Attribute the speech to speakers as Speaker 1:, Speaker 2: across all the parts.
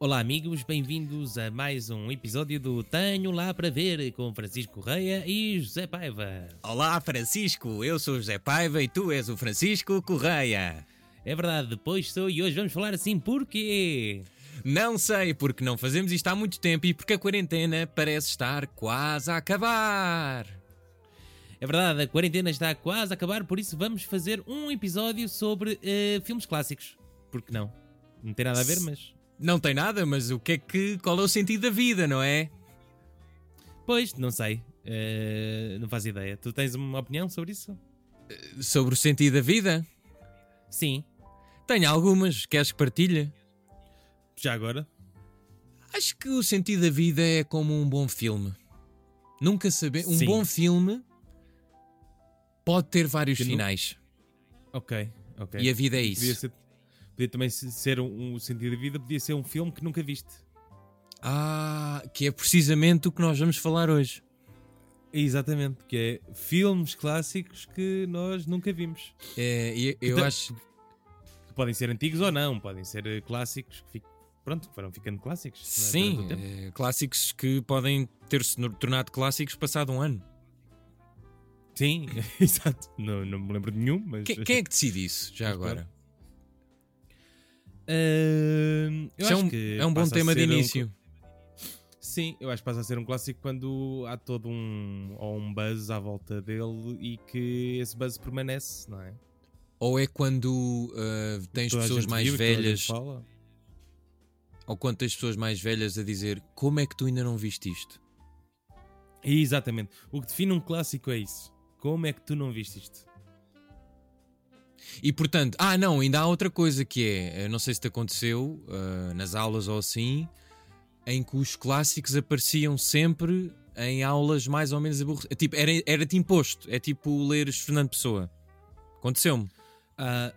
Speaker 1: Olá, amigos, bem-vindos a mais um episódio do Tenho Lá para Ver com Francisco Correia e José Paiva.
Speaker 2: Olá, Francisco. Eu sou o José Paiva e tu és o Francisco Correia.
Speaker 1: É verdade, depois sou e hoje vamos falar assim porquê.
Speaker 2: Não sei porque não fazemos isto há muito tempo e porque a quarentena parece estar quase a acabar.
Speaker 1: É verdade, a quarentena está quase a acabar, por isso vamos fazer um episódio sobre eh, filmes clássicos. Porque não? Não tem nada a ver, mas.
Speaker 2: Não tem nada, mas o que é que. Qual é o sentido da vida, não é?
Speaker 1: Pois, não sei. Eh, não faz ideia. Tu tens uma opinião sobre isso?
Speaker 2: Sobre o sentido da vida?
Speaker 1: Sim.
Speaker 2: Tenho algumas. Queres que partilhe?
Speaker 1: Já agora?
Speaker 2: Acho que o sentido da vida é como um bom filme. Nunca saber. Um
Speaker 1: Sim.
Speaker 2: bom filme pode ter vários
Speaker 1: Que nu-
Speaker 2: finais.
Speaker 1: Ok, ok.
Speaker 2: E a vida é
Speaker 1: Podia,
Speaker 2: isso.
Speaker 1: ser- podia também se- ser um, um sentido de vida, podia ser um filme que nunca viste.
Speaker 2: Ah, que é precisamente o que nós vamos falar hoje.
Speaker 1: Exatamente, que é filmes clássicos que nós nunca vimos.
Speaker 2: É, e- eu
Speaker 1: Então-
Speaker 2: acho.
Speaker 1: Que podem ser antigos ou não, podem ser eh, clássicos que fi- pronto, que foram ficando clássicos. não é,
Speaker 2: Sim,
Speaker 1: durante o tempo.
Speaker 2: é, clássicos que podem ter-se no- tornado clássicos passado um ano.
Speaker 1: Sim, exato. Não, não me lembro de nenhum, mas.
Speaker 2: Que- quem é que decide isso, já agora?
Speaker 1: Ahn, ehm, eu
Speaker 2: Isso é
Speaker 1: acho
Speaker 2: um,
Speaker 1: que
Speaker 2: é um bom
Speaker 1: passa a
Speaker 2: tema de
Speaker 1: ser um-
Speaker 2: início.
Speaker 1: Sim, eu acho que passa a ser um clássico quando há todo um, ou um buzz à volta dele e que esse buzz permanece, não é?
Speaker 2: Ou é quando uh, tens
Speaker 1: Toda a
Speaker 2: pessoas
Speaker 1: gente
Speaker 2: mais
Speaker 1: viu, toda a gente
Speaker 2: velhas,
Speaker 1: fala.
Speaker 2: ou quando tens pessoas mais velhas a dizer como é que tu ainda não viste isto?
Speaker 1: Exatamente. O que define um clássico é isso. Como é que tu não viste isto?
Speaker 2: E portanto, ah não, ainda há outra coisa que é, eu não sei se te aconteceu uh, nas aulas ou assim, em que os clássicos apareciam sempre em aulas mais ou menos aborrecidas. Tipo, era- era-te imposto, é tipo leres Fernando Pessoa. Aconteceu-me.
Speaker 1: Ah,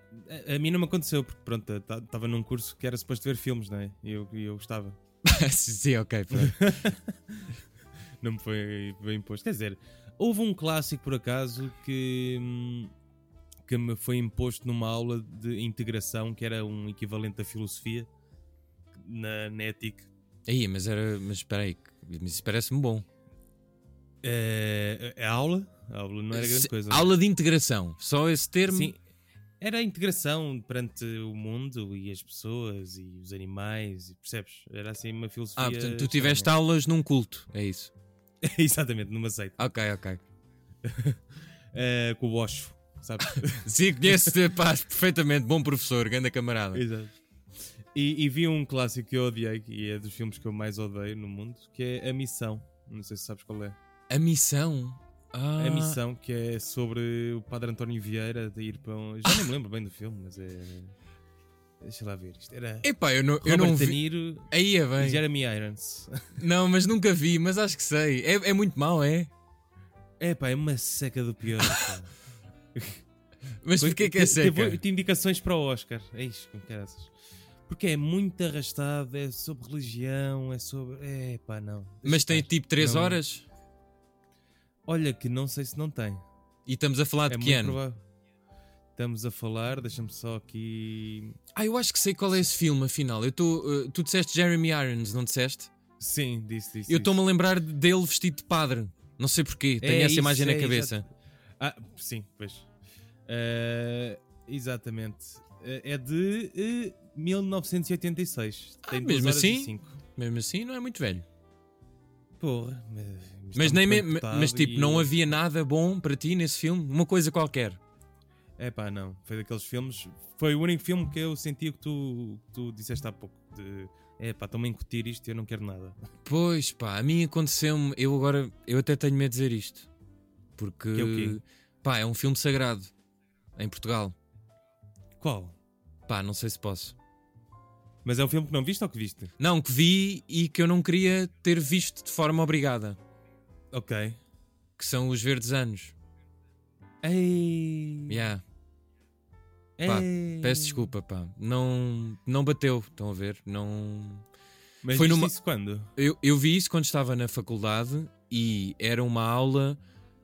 Speaker 1: a, a mim não me aconteceu, porque pronto, estava num curso que era suposto ver filmes, não é? E eu, e eu gostava.
Speaker 2: Sim, ok, pronto.
Speaker 1: Não me foi bem imposto. Quer dizer, houve um clássico por acaso que, hum, que me foi imposto numa aula de integração, que era um equivalente da filosofia na, na ética.
Speaker 2: Aí, mas era. Mas espera aí, mas isso parece-me bom.
Speaker 1: Eh, a a aula? A aula não era grande
Speaker 2: Se-
Speaker 1: coisa. não é?
Speaker 2: Aula de integração, só esse termo.
Speaker 1: Sim, era a integração perante o mundo e as pessoas e os animais, e percebes? Era assim uma filosofia.
Speaker 2: Ah, portanto, tu tiveste aulas num culto, é isso.
Speaker 1: estranha. Exatamente, numa seita.
Speaker 2: Ok, ok.
Speaker 1: Eh, com o Osho, sabes?
Speaker 2: Sim, conheço-te pá, perfeitamente, bom professor, grande camarada.
Speaker 1: Exato. E, e vi um clássico que eu odiei, e é dos filmes que eu mais odeio no mundo, que é A Missão. Não sei se sabes qual é.
Speaker 2: A missão. Ah,
Speaker 1: A Missão, que é sobre o padre António Vieira de ir para um. Já nem me lembro bem do filme, mas é. Deixa lá ver. Isto era.
Speaker 2: Epá, eu não,
Speaker 1: Robert
Speaker 2: eu não
Speaker 1: De
Speaker 2: vi.
Speaker 1: Niro
Speaker 2: Aí é
Speaker 1: e
Speaker 2: bem.
Speaker 1: Jeremy Irons.
Speaker 2: Não, mas nunca vi, mas acho que sei. É, é muito mau, é?
Speaker 1: É pá, é uma seca do pior. pá.
Speaker 2: Mas porquê que é
Speaker 1: Te- tipo, teve
Speaker 2: seca?
Speaker 1: oito indicações para o Oscar. É isto, como caraças. Porque é muito arrastado, é sobre religião, é sobre. É pá, não. Deixa
Speaker 2: Mas tem
Speaker 1: estar.
Speaker 2: tipo 3
Speaker 1: Não-
Speaker 2: horas?
Speaker 1: Olha, que não sei se não tem.
Speaker 2: E estamos a falar
Speaker 1: é
Speaker 2: de
Speaker 1: muito
Speaker 2: que ano?
Speaker 1: provável. Estamos a falar, deixa-me só aqui.
Speaker 2: Ah, eu acho que sei qual é esse filme, afinal. Eu tô, uh, tu disseste Jeremy Irons, não disseste?
Speaker 1: Sim, disse, disse.
Speaker 2: Eu
Speaker 1: disse.
Speaker 2: estou-me a lembrar dele vestido de padre. Não sei porquê, tenho essa
Speaker 1: isso,
Speaker 2: imagem
Speaker 1: é,
Speaker 2: na cabeça.
Speaker 1: exato. Ah, sim, pois. Eh, exatamente. Eh, é de eh, 1986. Tem
Speaker 2: Ah,
Speaker 1: duas
Speaker 2: mesmo
Speaker 1: horas e
Speaker 2: assim?
Speaker 1: cinco.
Speaker 2: Mesmo assim, não é muito velho.
Speaker 1: Porra, mas, mas
Speaker 2: Mas,
Speaker 1: está
Speaker 2: nem
Speaker 1: muito
Speaker 2: me-
Speaker 1: bem
Speaker 2: mas
Speaker 1: cortado
Speaker 2: tipo,
Speaker 1: e-
Speaker 2: não havia nada bom para ti nesse filme? Uma coisa qualquer.
Speaker 1: É pá, não. Foi daqueles filmes. Foi o único filme que eu senti o que tu, que tu disseste há pouco. De, é pá, estão-me a incutir isto e eu não quero nada.
Speaker 2: Pois pá, a mim aconteceu-me. Eu agora, eu até tenho medo de dizer isto. Porque.
Speaker 1: Que é o quê?
Speaker 2: Pá, é um filme sagrado. Em Portugal.
Speaker 1: Qual?
Speaker 2: Pá, não sei se posso.
Speaker 1: Mas é um filme que não viste ou que viste?
Speaker 2: Não, que vi e que eu não queria ter visto de forma obrigada.
Speaker 1: Ok.
Speaker 2: Que são os Verdes Anos.
Speaker 1: Ei.
Speaker 2: Yeah. pá,
Speaker 1: Ei.
Speaker 2: Peço desculpa, pá. Não, não bateu, estão a ver? Não.
Speaker 1: Mas
Speaker 2: Foi
Speaker 1: viste
Speaker 2: numa-
Speaker 1: isso quando?
Speaker 2: Eu, eu vi isso quando estava na faculdade e era uma aula,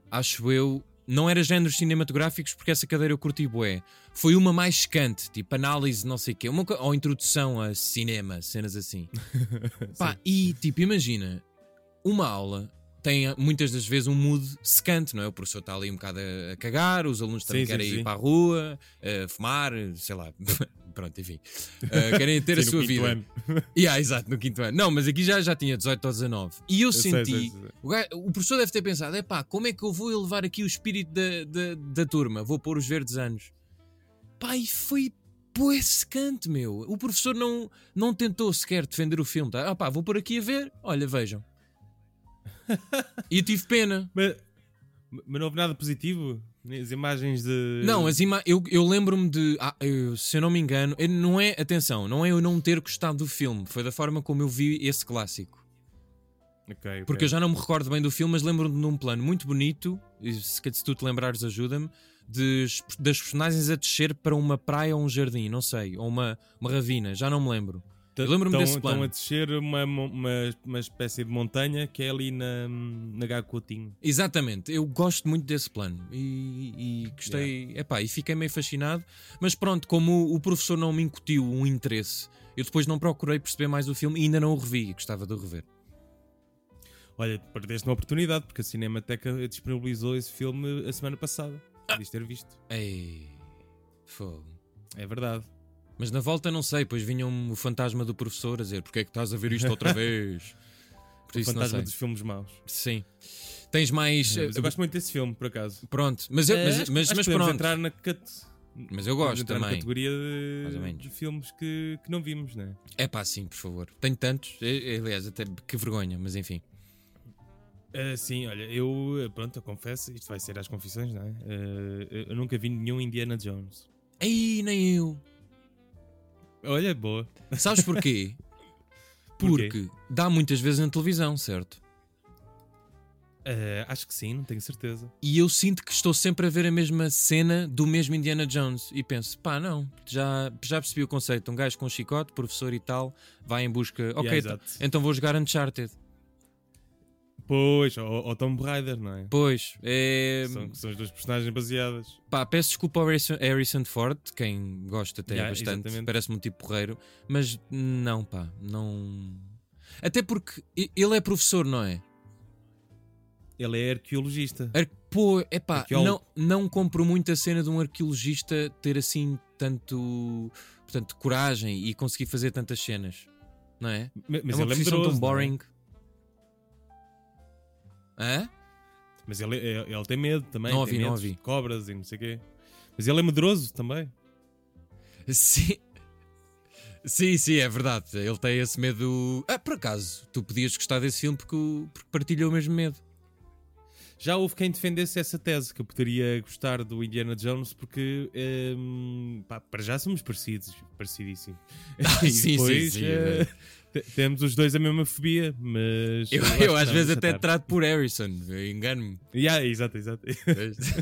Speaker 2: acho eu, não era géneros cinematográficos porque essa cadeira eu curti bué. Foi uma mais chocante, tipo análise não sei o quê, uma, co- ou introdução a cinema, cenas assim. Pá, e tipo, imagina, uma aula tem muitas das vezes um mood secante, não é? O professor está ali um bocado a- a cagar, os alunos também
Speaker 1: Sim, sim,
Speaker 2: querem ir
Speaker 1: sim.
Speaker 2: para a rua, eh, fumar, sei lá, pronto, enfim. Eh, querem ter a
Speaker 1: Sim, no
Speaker 2: sua
Speaker 1: quinto
Speaker 2: vida.
Speaker 1: ano.
Speaker 2: Yeah, exato, no quinto ano. Não, mas aqui já, já tinha 18 ou 19. E eu,
Speaker 1: Eu sei,
Speaker 2: senti.
Speaker 1: sei, sei.
Speaker 2: O, gajo- o professor deve ter pensado: é pá, como é que eu vou elevar aqui o espírito da, da, da turma? Vou pôr os verdes anos. Pá, e foi bué secante, meu. O professor não, não tentou sequer defender o filme. Tá? Ah, pá, vou pôr aqui a ver. Olha, vejam. E eu tive pena.
Speaker 1: Mas, mas não houve nada positivo? As imagens de.
Speaker 2: Não, as ima eu, eu lembro-me de. ah, eu- se eu não me engano, eh, não é. Atenção, não é eu não ter gostado do filme. Foi da forma como eu vi esse clássico.
Speaker 1: Ok, ok.
Speaker 2: Porque eu já não me recordo bem do filme, mas lembro-me de um plano muito bonito, e se, se tu te lembrares, ajuda-me, de- das personagens a descer para uma praia ou um jardim, não sei, ou uma, uma ravina, já não me lembro.
Speaker 1: T-
Speaker 2: eu lembro-me
Speaker 1: tão-
Speaker 2: desse
Speaker 1: Estão
Speaker 2: plano.
Speaker 1: a descer uma, mo- uma, uma espécie de montanha que é ali na, na Gago Coutinho.
Speaker 2: Exatamente, eu gosto muito desse plano e, e gostei, epá, e fiquei meio fascinado, mas pronto, como o, o professor não me incutiu um interesse, eu depois não procurei perceber mais o filme e ainda não o revi, e gostava de o rever.
Speaker 1: Olha, perdeste uma oportunidade, porque a Cinemateca disponibilizou esse filme a semana passada. Podias ter visto.
Speaker 2: Ei, fogo.
Speaker 1: É verdade.
Speaker 2: Mas na volta não sei, pois vinha-me o fantasma do professor a dizer porque é que estás a ver isto outra vez? Por
Speaker 1: O
Speaker 2: isso não
Speaker 1: fantasma
Speaker 2: sei.
Speaker 1: dos filmes maus.
Speaker 2: Sim. Tens mais.
Speaker 1: Mas eu
Speaker 2: eh,
Speaker 1: gosto muito desse filme, por acaso.
Speaker 2: Pronto, mas, eu,
Speaker 1: É,
Speaker 2: mas,
Speaker 1: acho-
Speaker 2: mas,
Speaker 1: acho
Speaker 2: mas
Speaker 1: que podemos
Speaker 2: pronto.
Speaker 1: entrar na, cat...
Speaker 2: Mas eu
Speaker 1: podemos
Speaker 2: gosto
Speaker 1: entrar na
Speaker 2: também.
Speaker 1: categoria
Speaker 2: Mais ou
Speaker 1: de,
Speaker 2: menos.
Speaker 1: de filmes que, que não vimos, né?
Speaker 2: É pá, sim, por favor. Tenho tantos. Eh, eh, Aliás, até que vergonha, mas enfim.
Speaker 1: Ah, sim, olha, eu, eh, pronto, eu confesso, isto vai ser às confissões, não é? Ah, eu- eu nunca vi nenhum Indiana Jones.
Speaker 2: Ei, nem eu.
Speaker 1: Olha, boa.
Speaker 2: Sabes porquê?
Speaker 1: Porquê?
Speaker 2: Porque dá muitas vezes na televisão, certo?
Speaker 1: Ah, acho que sim, não tenho certeza.
Speaker 2: E eu sinto que estou sempre a ver a mesma cena do mesmo Indiana Jones. E penso, pá, não, já, já percebi o conceito. Um gajo com chicote, professor e tal, vai em busca. Ok,
Speaker 1: Yeah, exato.
Speaker 2: t- então vou jogar Uncharted.
Speaker 1: Pois, ou, ou Tomb Raider, não é?
Speaker 2: Pois, é,
Speaker 1: São, são as duas personagens baseadas.
Speaker 2: pá, peço desculpa ao Harrison, Harrison Ford, quem gosta até
Speaker 1: Yeah,
Speaker 2: bastante,
Speaker 1: exatamente.
Speaker 2: parece-me um tipo porreiro, mas não, pá, não. Até porque e- ele é professor, não é?
Speaker 1: Ele é arqueologista.
Speaker 2: Ar- Pô, é pá, não,
Speaker 1: Arqueólogo.
Speaker 2: não compro muito a cena de um arqueologista ter assim tanto, portanto, coragem e conseguir fazer tantas cenas, não é?
Speaker 1: Ma- Mas
Speaker 2: é uma
Speaker 1: ele é
Speaker 2: profissão
Speaker 1: medroso,
Speaker 2: tão
Speaker 1: não é?
Speaker 2: boring. Hã?
Speaker 1: Mas ele, é, ele, ele tem medo também.
Speaker 2: Não
Speaker 1: tem
Speaker 2: ouvi, não
Speaker 1: medos
Speaker 2: ouvi.
Speaker 1: de Cobras e não sei o quê. Mas ele é medroso também.
Speaker 2: Sim. Sim, sim, é verdade. Ele tem esse medo. Ah, por acaso, tu podias gostar desse filme porque, o- porque partilha o mesmo medo.
Speaker 1: Já houve quem defendesse essa tese que eu poderia gostar do Indiana Jones porque ehm, pá, para já somos parecidos, parecidíssimos.
Speaker 2: Ah,
Speaker 1: E
Speaker 2: sim, sim, sim.
Speaker 1: eh, te- temos os dois a mesma fobia, mas
Speaker 2: eh, Eu,
Speaker 1: acho
Speaker 2: eu
Speaker 1: que
Speaker 2: às
Speaker 1: não,
Speaker 2: vezes
Speaker 1: deixa
Speaker 2: até
Speaker 1: estar.
Speaker 2: trato por Harrison, eu engano-me.
Speaker 1: Yeah, exato, exato.
Speaker 2: Ah,
Speaker 1: Às vezes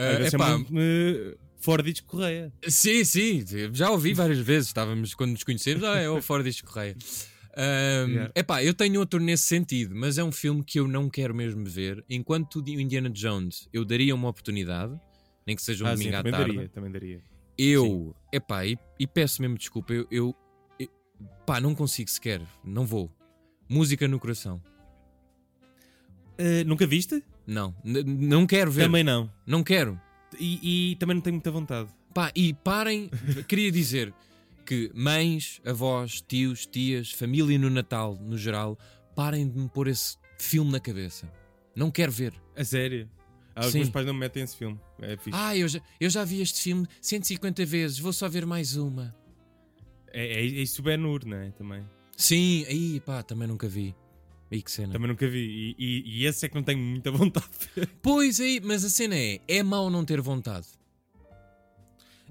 Speaker 2: Eh,
Speaker 1: é
Speaker 2: epá,
Speaker 1: chamam-me, eh, Fordis Correia.
Speaker 2: sim, sim, já ouvi várias vezes. Estávamos quando nos conhecemos, ah, é o Fordis Correia. Ah,
Speaker 1: Yeah.
Speaker 2: Epá, eu tenho outro nesse sentido, mas é um filme que eu não quero mesmo ver. Enquanto o Indiana Jones, eu daria uma oportunidade, nem que seja um
Speaker 1: Ah, sim,
Speaker 2: domingo à
Speaker 1: também
Speaker 2: tarde.
Speaker 1: daria, também daria.
Speaker 2: Eu, epá, e, e peço mesmo desculpa, eu, eu, eu- pá, não consigo sequer, não vou. Música no coração,
Speaker 1: Eh, nunca viste?
Speaker 2: não, n- não quero ver,
Speaker 1: Também não.
Speaker 2: não quero.
Speaker 1: E, e também não tenho muita vontade.
Speaker 2: Pá, e parem, queria dizer que mães, avós, tios, tias, família no Natal, no geral, parem de me pôr esse filme na cabeça. Não quero ver.
Speaker 1: A sério. Ah, os
Speaker 2: Sim.
Speaker 1: meus pais não me metem esse filme. É fixe.
Speaker 2: Ah, eu já, eu já vi este filme 150 vezes, vou só ver mais uma.
Speaker 1: É, é, é isso Ben Hur, não é? Também.
Speaker 2: Sim, aí, pá, também nunca vi. Aí que cena.
Speaker 1: Também nunca vi. E, e- e esse é que não tenho muita vontade.
Speaker 2: Pois aí, mas a cena é, é mau não ter vontade.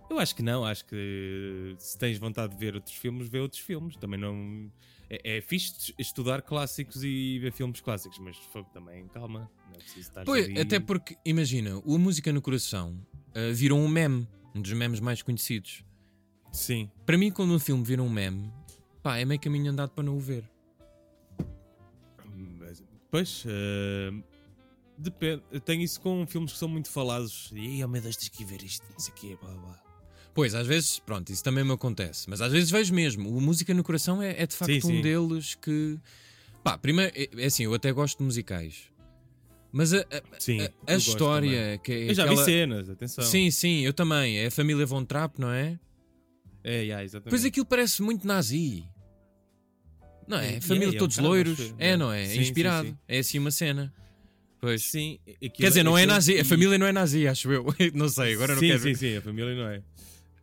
Speaker 1: Eu acho que não. Acho que se tens vontade de ver outros filmes, vê outros filmes. Também não. É, é fixe de estudar clássicos e ver filmes clássicos, mas fogo, também calma. Não é preciso estar.
Speaker 2: Pois,
Speaker 1: ali-
Speaker 2: até porque, imagina, o Música no Coração ah, virou um meme, um dos memes mais conhecidos.
Speaker 1: Sim.
Speaker 2: Para mim, quando um filme vira um meme, pá, é meio caminho andado para não o ver.
Speaker 1: Mas- Pois. eh, Depende. Eu tenho isso com filmes que são muito falados. E ai, meu Deus, tens que ir ver isto, não sei o quê, blá blá.
Speaker 2: Pois, às vezes, pronto, isso também me acontece. Mas às vezes vejo mesmo. O Música no Coração é, é de facto
Speaker 1: Sim,
Speaker 2: um
Speaker 1: sim.
Speaker 2: deles que. Pá, primeiro, é é assim, eu até gosto de musicais. Mas a, a-
Speaker 1: Sim.
Speaker 2: a-
Speaker 1: eu
Speaker 2: a
Speaker 1: gosto também.
Speaker 2: história. Que é
Speaker 1: Eu já vi então.
Speaker 2: aquela...
Speaker 1: cenas, atenção.
Speaker 2: Sim, sim, eu também. É a família Von Trapp, não é?
Speaker 1: É, yeah, exatamente.
Speaker 2: Pois aquilo parece muito nazi. Não é?
Speaker 1: É,
Speaker 2: Família
Speaker 1: é, é um
Speaker 2: todos
Speaker 1: bocado,
Speaker 2: loiros.
Speaker 1: acho eu.
Speaker 2: É, não é?
Speaker 1: Sim,
Speaker 2: É
Speaker 1: sim,
Speaker 2: Inspirado.
Speaker 1: sim.
Speaker 2: É assim uma cena. Pois.
Speaker 1: Sim, aquilo-
Speaker 2: Quer dizer, não é
Speaker 1: aquilo-
Speaker 2: nazi. A
Speaker 1: e-
Speaker 2: família não é nazi, acho eu. Não sei, agora não
Speaker 1: sim,
Speaker 2: quero.
Speaker 1: Sim, sim, a família não é.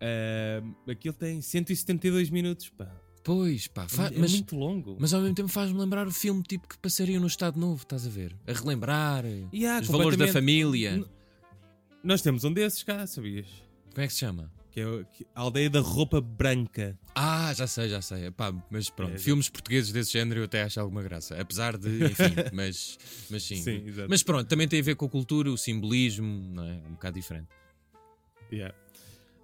Speaker 1: Ahm, aquilo tem 172 minutos, pá.
Speaker 2: Pois, pá. fa-
Speaker 1: é
Speaker 2: Mas,
Speaker 1: muito longo.
Speaker 2: mas ao mesmo tempo faz-me lembrar o filme tipo que passariam no Estado Novo, estás a ver? A relembrar. eh,
Speaker 1: Yeah,
Speaker 2: os valores da
Speaker 1: completamente.
Speaker 2: família.
Speaker 1: N- Nós temos um desses cá, sabias?
Speaker 2: Como é que se chama?
Speaker 1: Que é o- que- a aldeia da roupa branca.
Speaker 2: Ah, já sei, já sei. Pá, mas pronto,
Speaker 1: É, já-
Speaker 2: filmes portugueses desse género eu até acho alguma graça. Apesar de, enfim, mas, mas sim.
Speaker 1: Sim, exato.
Speaker 2: Mas pronto, também tem a ver com a cultura, o simbolismo, não é? Um bocado diferente.
Speaker 1: Yeah.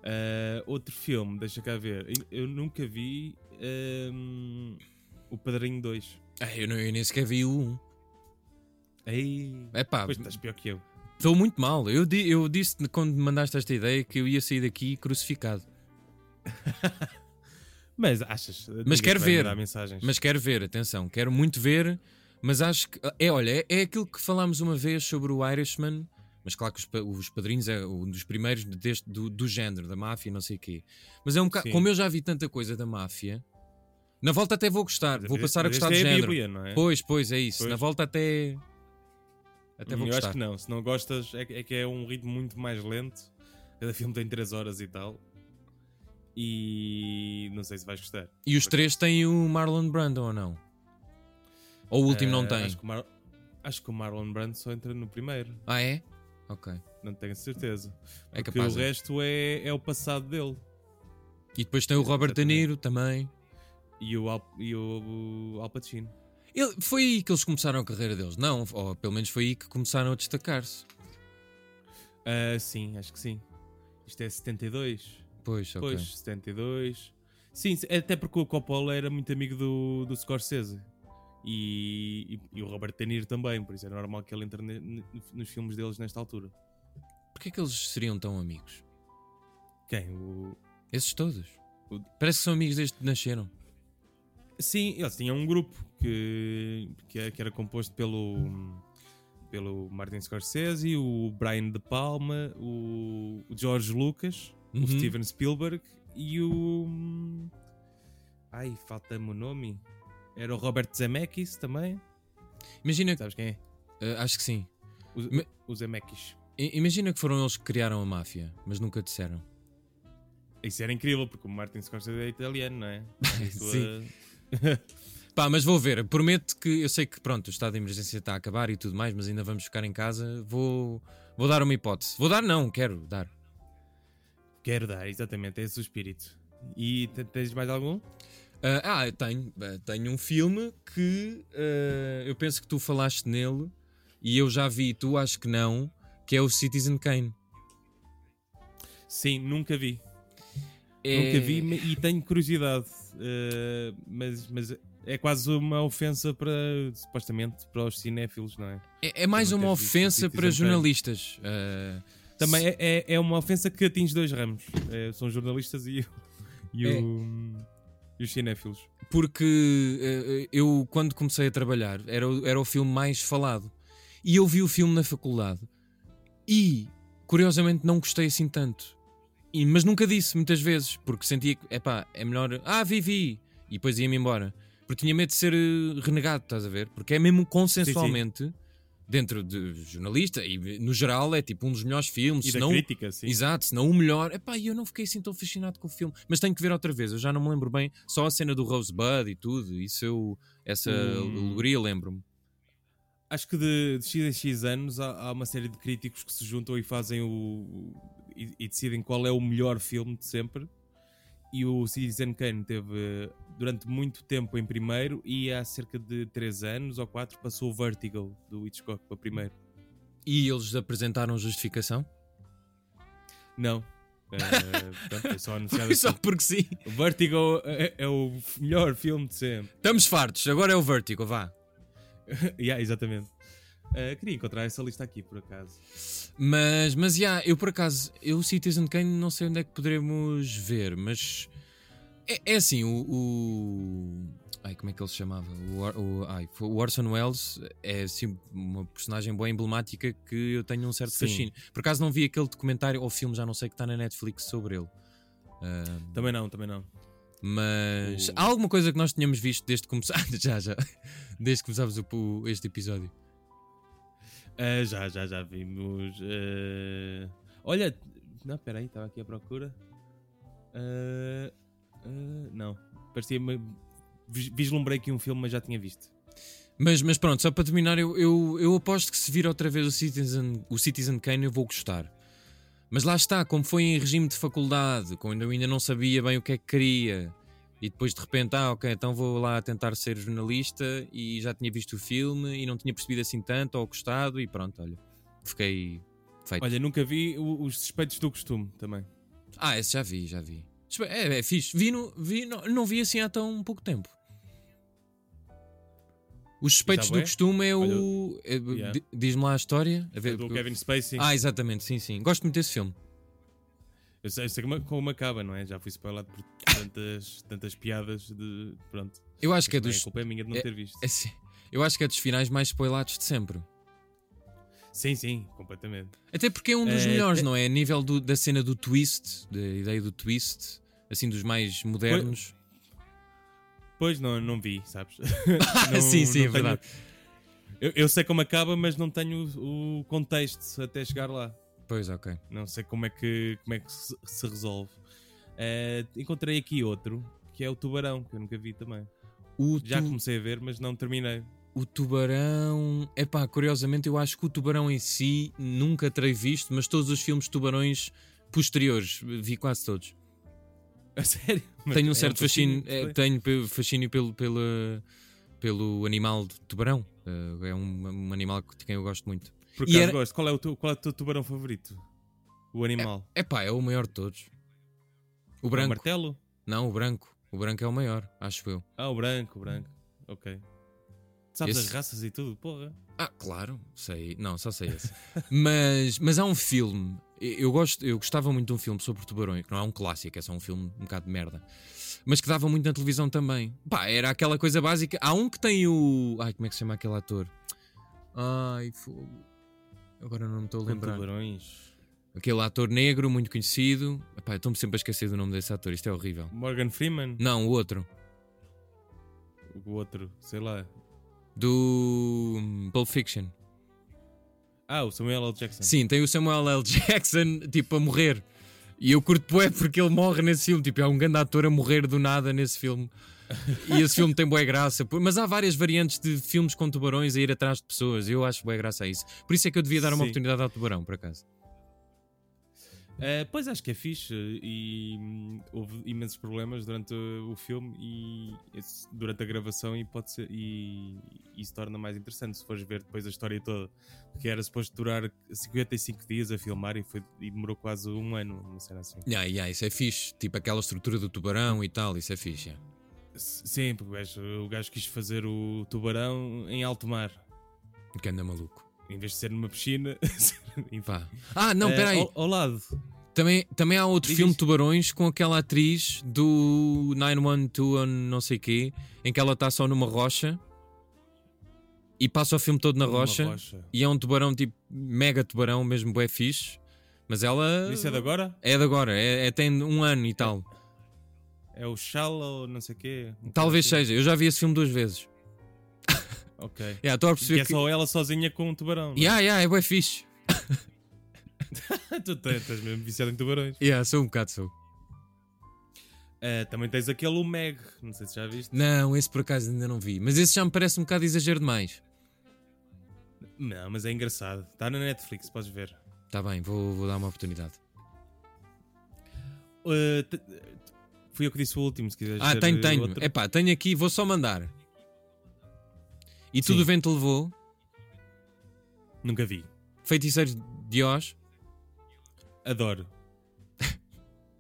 Speaker 1: Ah, outro filme, deixa cá ver. Eu eu nunca vi ahm, O Padrinho 2.
Speaker 2: Ah, eu, não- eu nem sequer vi o 1.
Speaker 1: Ei,
Speaker 2: É pá,
Speaker 1: pois estás pior que eu.
Speaker 2: estou muito mal. Eu, di- eu disse quando me mandaste esta ideia que eu ia sair daqui crucificado.
Speaker 1: Mas achas?
Speaker 2: Mas
Speaker 1: ninguém
Speaker 2: quero
Speaker 1: te vai
Speaker 2: ver.
Speaker 1: mandar Mensagens.
Speaker 2: Mas quero ver, atenção, quero muito ver, mas acho que. É, olha, é, é aquilo que falámos uma vez sobre o Irishman, mas claro que os, pa- os padrinhos é um dos primeiros deste, do, do género, da máfia, não sei o quê. Mas é um bocado.
Speaker 1: Sim.
Speaker 2: Como eu já vi tanta coisa da máfia, na volta até vou gostar, vou
Speaker 1: Mas
Speaker 2: passar a
Speaker 1: este
Speaker 2: gostar do
Speaker 1: é a
Speaker 2: género.
Speaker 1: Bíblia, não é?
Speaker 2: Pois, pois, é isso.
Speaker 1: Pois.
Speaker 2: Na volta até. Até vou
Speaker 1: eu
Speaker 2: gostar.
Speaker 1: acho que não. Se não gostas, é, que- é que é um ritmo muito mais lento. Cada filme tem 3 horas e tal. E não sei se vais gostar.
Speaker 2: E os três têm o Marlon Brando ou não? Ou o último não
Speaker 1: Ah,
Speaker 2: tem?
Speaker 1: Acho que, o Mar- acho que o Marlon Brando só entra no primeiro.
Speaker 2: Ah, é? Ok.
Speaker 1: Não tenho certeza.
Speaker 2: É
Speaker 1: Porque
Speaker 2: capaz.
Speaker 1: o
Speaker 2: é.
Speaker 1: resto é, é o passado dele.
Speaker 2: E depois tem o Robert De
Speaker 1: Exatamente.
Speaker 2: Niro também.
Speaker 1: E o Al, e o o Al Pacino.
Speaker 2: Ele- foi aí que eles começaram a carreira deles, não? Ou pelo menos foi aí que começaram a destacar-se.
Speaker 1: Ah, sim, acho que sim. Isto é 72.
Speaker 2: Pois, ok.
Speaker 1: Pois, 72. Sim, se- até porque o Coppola era muito amigo do, do Scorsese. E, e- e o Robert De Niro também, por isso é normal que ele entre ne- ne- nos filmes deles nesta altura.
Speaker 2: Porquê é que eles seriam tão amigos?
Speaker 1: Quem? O...
Speaker 2: Esses todos?
Speaker 1: O-
Speaker 2: Parece que são amigos desde que nasceram.
Speaker 1: Sim, eles tinham um grupo que, que, é- que era composto pelo, pelo Martin Scorsese, o Brian De Palma, o, o George Lucas,
Speaker 2: Uhum.
Speaker 1: o Steven Spielberg e o. Ai, falta-me o nome. Era o Robert Zemeckis também.
Speaker 2: Imagina que.
Speaker 1: Sabes quem é?
Speaker 2: eh, acho que sim.
Speaker 1: Os,
Speaker 2: Me-
Speaker 1: os Emekis.
Speaker 2: I- imagina que foram eles que criaram a máfia, mas nunca disseram.
Speaker 1: Isso era incrível, porque o Martin Scorsese é italiano, não é? eh, Tem a sua-
Speaker 2: Sim. Pá, mas vou ver. Prometo que. Eu sei que, pronto, o estado de emergência está a acabar e tudo mais, mas ainda vamos ficar em casa. Vou. Vou dar uma hipótese. Vou dar, não, quero dar.
Speaker 1: Quero dar, exatamente, é esse o espírito. E te- tens mais algum?
Speaker 2: Ah, ah, eu tenho. Eh, Tenho um filme que eh, eu penso que tu falaste nele e eu já vi, tu acho que não, que é o Citizen Kane.
Speaker 1: Sim, nunca vi.
Speaker 2: É-
Speaker 1: Nunca vi me- e tenho curiosidade. eh, mas, mas é quase uma ofensa para, supostamente, para os cinéfilos, não é?
Speaker 2: É, é mais
Speaker 1: Eu
Speaker 2: uma
Speaker 1: nunca vi
Speaker 2: ofensa
Speaker 1: Citizen
Speaker 2: para
Speaker 1: Kane.
Speaker 2: jornalistas. eh,
Speaker 1: Também é, é, é uma ofensa que atinge dois ramos. Eh, são os jornalistas e, o- e,
Speaker 2: É.
Speaker 1: o- e os cinéfilos.
Speaker 2: porque eh, eu, quando comecei a trabalhar, era, o- era o filme mais falado. E eu vi o filme na faculdade e, curiosamente, não gostei assim tanto. E- mas nunca disse muitas vezes, porque sentia que, epá, é melhor, ah, vi, vi, e depois ia-me embora. Porque tinha medo de ser eh, renegado, estás a ver? Porque é mesmo consensualmente, dentro de jornalista e no geral, é tipo um dos melhores filmes,
Speaker 1: E
Speaker 2: se
Speaker 1: da
Speaker 2: não
Speaker 1: crítica, sim.
Speaker 2: Exato, se não o melhor. Epá, e eu não fiquei assim tão fascinado com o filme. Mas tenho que ver outra vez, eu já não me lembro bem. Só a cena do Rosebud e tudo, isso eu, essa
Speaker 1: Hum.
Speaker 2: alegoria lembro-me.
Speaker 1: Acho que de, de X em X anos há, há uma série de críticos que se juntam e fazem o. e, e decidem qual é o melhor filme de sempre. E o Citizen Kane teve eh, durante muito tempo em primeiro e há cerca de 3 anos ou 4 passou o Vertigo do Hitchcock para primeiro.
Speaker 2: E eles apresentaram justificação?
Speaker 1: Não. Eh, portanto, foi só anunciado
Speaker 2: Foi só porque sim.
Speaker 1: assim. O Vertigo é, é o melhor filme de sempre.
Speaker 2: Estamos fartos, agora é o Vertigo, vá.
Speaker 1: yeah, exatamente. Ah, queria encontrar essa lista aqui, por acaso.
Speaker 2: Mas, mas, yeah, eu por acaso, eu Citizen Kane não sei onde é que poderemos ver, mas é, é assim, o, o- Ai, como é que ele se chamava? O, Or- o, ai, foi- o Orson Welles é assim uma personagem bem emblemática que eu tenho um certo
Speaker 1: Sim.
Speaker 2: fascínio. Por acaso não vi aquele documentário ou filme, já não sei, que está na Netflix sobre ele. Ah,
Speaker 1: Também não, também não.
Speaker 2: mas
Speaker 1: O-
Speaker 2: há alguma coisa que nós tínhamos visto desde que começar já, já, desde que começámos o- o- este episódio.
Speaker 1: Ah, já, já, já vimos. ah, Olha, não, peraí, estava aqui à procura. Ah, ah, não, parecia-me. vis- Vislumbrei aqui um filme, mas já tinha visto.
Speaker 2: Mas, mas pronto, só para terminar, eu, eu, eu aposto que se vir outra vez o Citizen, o Citizen Kane eu vou gostar. Mas lá está, como foi em regime de faculdade, quando eu ainda não sabia bem o que é que queria, e depois de repente, ah, ok, então vou lá tentar ser jornalista e já tinha visto o filme e não tinha percebido assim tanto ou gostado, e pronto, olha, fiquei feito.
Speaker 1: Olha, nunca vi o- os Suspeitos do Costume também.
Speaker 2: Ah, esse já vi, já vi. Espe- É, é fixe. Vi no, vi, no- não vi assim há tão pouco tempo. Os suspeitos
Speaker 1: Já bué?
Speaker 2: do costume é o. é-
Speaker 1: yeah. É
Speaker 2: di- Diz-me lá a história. A ver-
Speaker 1: Do Kevin Spacey.
Speaker 2: Ah, exatamente, sim, sim. Gosto muito desse filme.
Speaker 1: Eu sei, eu sei como, como acaba, não é? Já fui spoilado por tantas, tantas piadas de. Pronto.
Speaker 2: Eu acho que é
Speaker 1: Também
Speaker 2: dos.
Speaker 1: A culpa é minha de não ter visto.
Speaker 2: é sim. eu acho que é dos finais mais spoilados de sempre.
Speaker 1: Sim, sim, completamente.
Speaker 2: Até porque é um dos
Speaker 1: É,
Speaker 2: melhores,
Speaker 1: te-
Speaker 2: não é? A nível do- da cena do twist, da ideia do twist, assim, dos mais modernos.
Speaker 1: Pois não, não vi, sabes?
Speaker 2: sim, sim, é
Speaker 1: tenho-
Speaker 2: verdade.
Speaker 1: Eu, eu sei como acaba, mas não tenho o, o contexto até chegar lá.
Speaker 2: Pois, ok.
Speaker 1: Não sei como é que, como é que se, se resolve. Eh, encontrei aqui outro, que é o Tubarão, que eu nunca vi também.
Speaker 2: O
Speaker 1: Já
Speaker 2: tu-
Speaker 1: comecei a ver, mas não terminei.
Speaker 2: O tubarão. Epá, curiosamente eu acho que o tubarão em si nunca terei visto, mas todos os filmes de tubarões posteriores, vi quase todos.
Speaker 1: A sério? Mas
Speaker 2: tenho um
Speaker 1: é
Speaker 2: certo fascínio,
Speaker 1: fascínio,
Speaker 2: eh, tenho pe- fascínio pelo, pelo, pelo animal de tubarão. Eh, é um, um animal que- de quem eu gosto muito.
Speaker 1: Por
Speaker 2: tá, E
Speaker 1: acaso
Speaker 2: era-
Speaker 1: gosto. Qual é, o teu, qual é o teu tubarão favorito? O animal?
Speaker 2: Epá, é o maior de todos. O
Speaker 1: O
Speaker 2: branco.
Speaker 1: martelo?
Speaker 2: Não, o branco. O branco é o maior, acho eu.
Speaker 1: Ah, o branco, o branco. Ok. Sabes
Speaker 2: Esse-
Speaker 1: as raças e tudo, porra.
Speaker 2: Ah, claro, sei. Não, só sei esse. mas, mas há um filme. Eu, gosto, eu gostava muito de um filme sobre tubarões, que não é um clássico, é só um filme um bocado de merda. Mas que dava muito na televisão também. Pá, era aquela coisa básica. Há um que tem o. Ai, como é que se chama aquele ator? Ai, fogo. Agora não me estou a
Speaker 1: Com
Speaker 2: lembrar.
Speaker 1: tubarões.
Speaker 2: Aquele ator negro, muito conhecido. Epá, eu estou-me sempre a esquecer do nome desse ator, isto é horrível.
Speaker 1: Morgan Freeman?
Speaker 2: Não, o outro.
Speaker 1: O outro, sei lá.
Speaker 2: Do. hum, Pulp Fiction.
Speaker 1: Ah, o Samuel L. Jackson.
Speaker 2: Sim, tem o Samuel L. Jackson tipo a morrer. E eu curto bué porque ele morre nesse filme. Tipo, é um grande ator a morrer do nada nesse filme. E esse filme tem bué graça. Por- Mas há várias variantes de filmes com tubarões a ir atrás de pessoas. Eu acho bué graça a isso. Por isso é que eu devia dar uma
Speaker 1: Sim.
Speaker 2: oportunidade ao tubarão, por acaso.
Speaker 1: Eh, pois acho que é fixe e hum, houve imensos problemas durante eh, o filme e esse- durante a gravação e pode ser e, e se torna mais interessante se fores ver depois a história toda porque era suposto durar 55 dias a filmar e, foi, e demorou quase um ano uma cena assim.
Speaker 2: Yeah, yeah, isso é fixe. Tipo, aquela estrutura do tubarão e tal. Isso é fixe. yeah.
Speaker 1: S- Sim, porque o gajo, o gajo quis fazer o tubarão em alto mar
Speaker 2: Que anda maluco.
Speaker 1: em vez de ser numa piscina. Enfim.
Speaker 2: Pá. Ah, não,
Speaker 1: Eh,
Speaker 2: peraí.
Speaker 1: ao, ao lado.
Speaker 2: Também, também há outro
Speaker 1: Diz
Speaker 2: filme
Speaker 1: isso.
Speaker 2: Tubarões com aquela atriz do 912 on não sei quê, em que ela está só numa rocha e passa o filme todo na
Speaker 1: numa
Speaker 2: rocha, e é um tubarão tipo mega tubarão, mesmo bué fixe, mas ela
Speaker 1: Isso é de agora?
Speaker 2: é de agora, é, é- tem um ano e tal.
Speaker 1: É o Shallow, não sei o quê. Uma
Speaker 2: Talvez
Speaker 1: coisa
Speaker 2: seja, eu já vi esse filme duas vezes.
Speaker 1: assim. Ok.
Speaker 2: Yeah, Estou a
Speaker 1: Que
Speaker 2: perceber
Speaker 1: é
Speaker 2: que.
Speaker 1: só ela sozinha com um tubarão. não é?
Speaker 2: Yeah, yeah, é bué fixe.
Speaker 1: tu te- estás mesmo viciado em tubarões.
Speaker 2: Yeah, sou um bocado sou.
Speaker 1: Ah, também tens aquele o Meg, não sei se já viste.
Speaker 2: Não, esse por acaso ainda não vi, mas esse já me parece um bocado exagero demais.
Speaker 1: Não, mas é engraçado. Está na Netflix, podes ver.
Speaker 2: Tá bem, vou, vou dar uma oportunidade.
Speaker 1: Ah, te- fui eu que disse o último, se quiseres.
Speaker 2: Ah,
Speaker 1: ver
Speaker 2: tenho, tenho.
Speaker 1: outro.
Speaker 2: Epá, tenho aqui, vou só mandar. E
Speaker 1: Sim.
Speaker 2: tudo o vento levou,
Speaker 1: Nunca vi.
Speaker 2: feiticeiros de Oz.
Speaker 1: Adoro.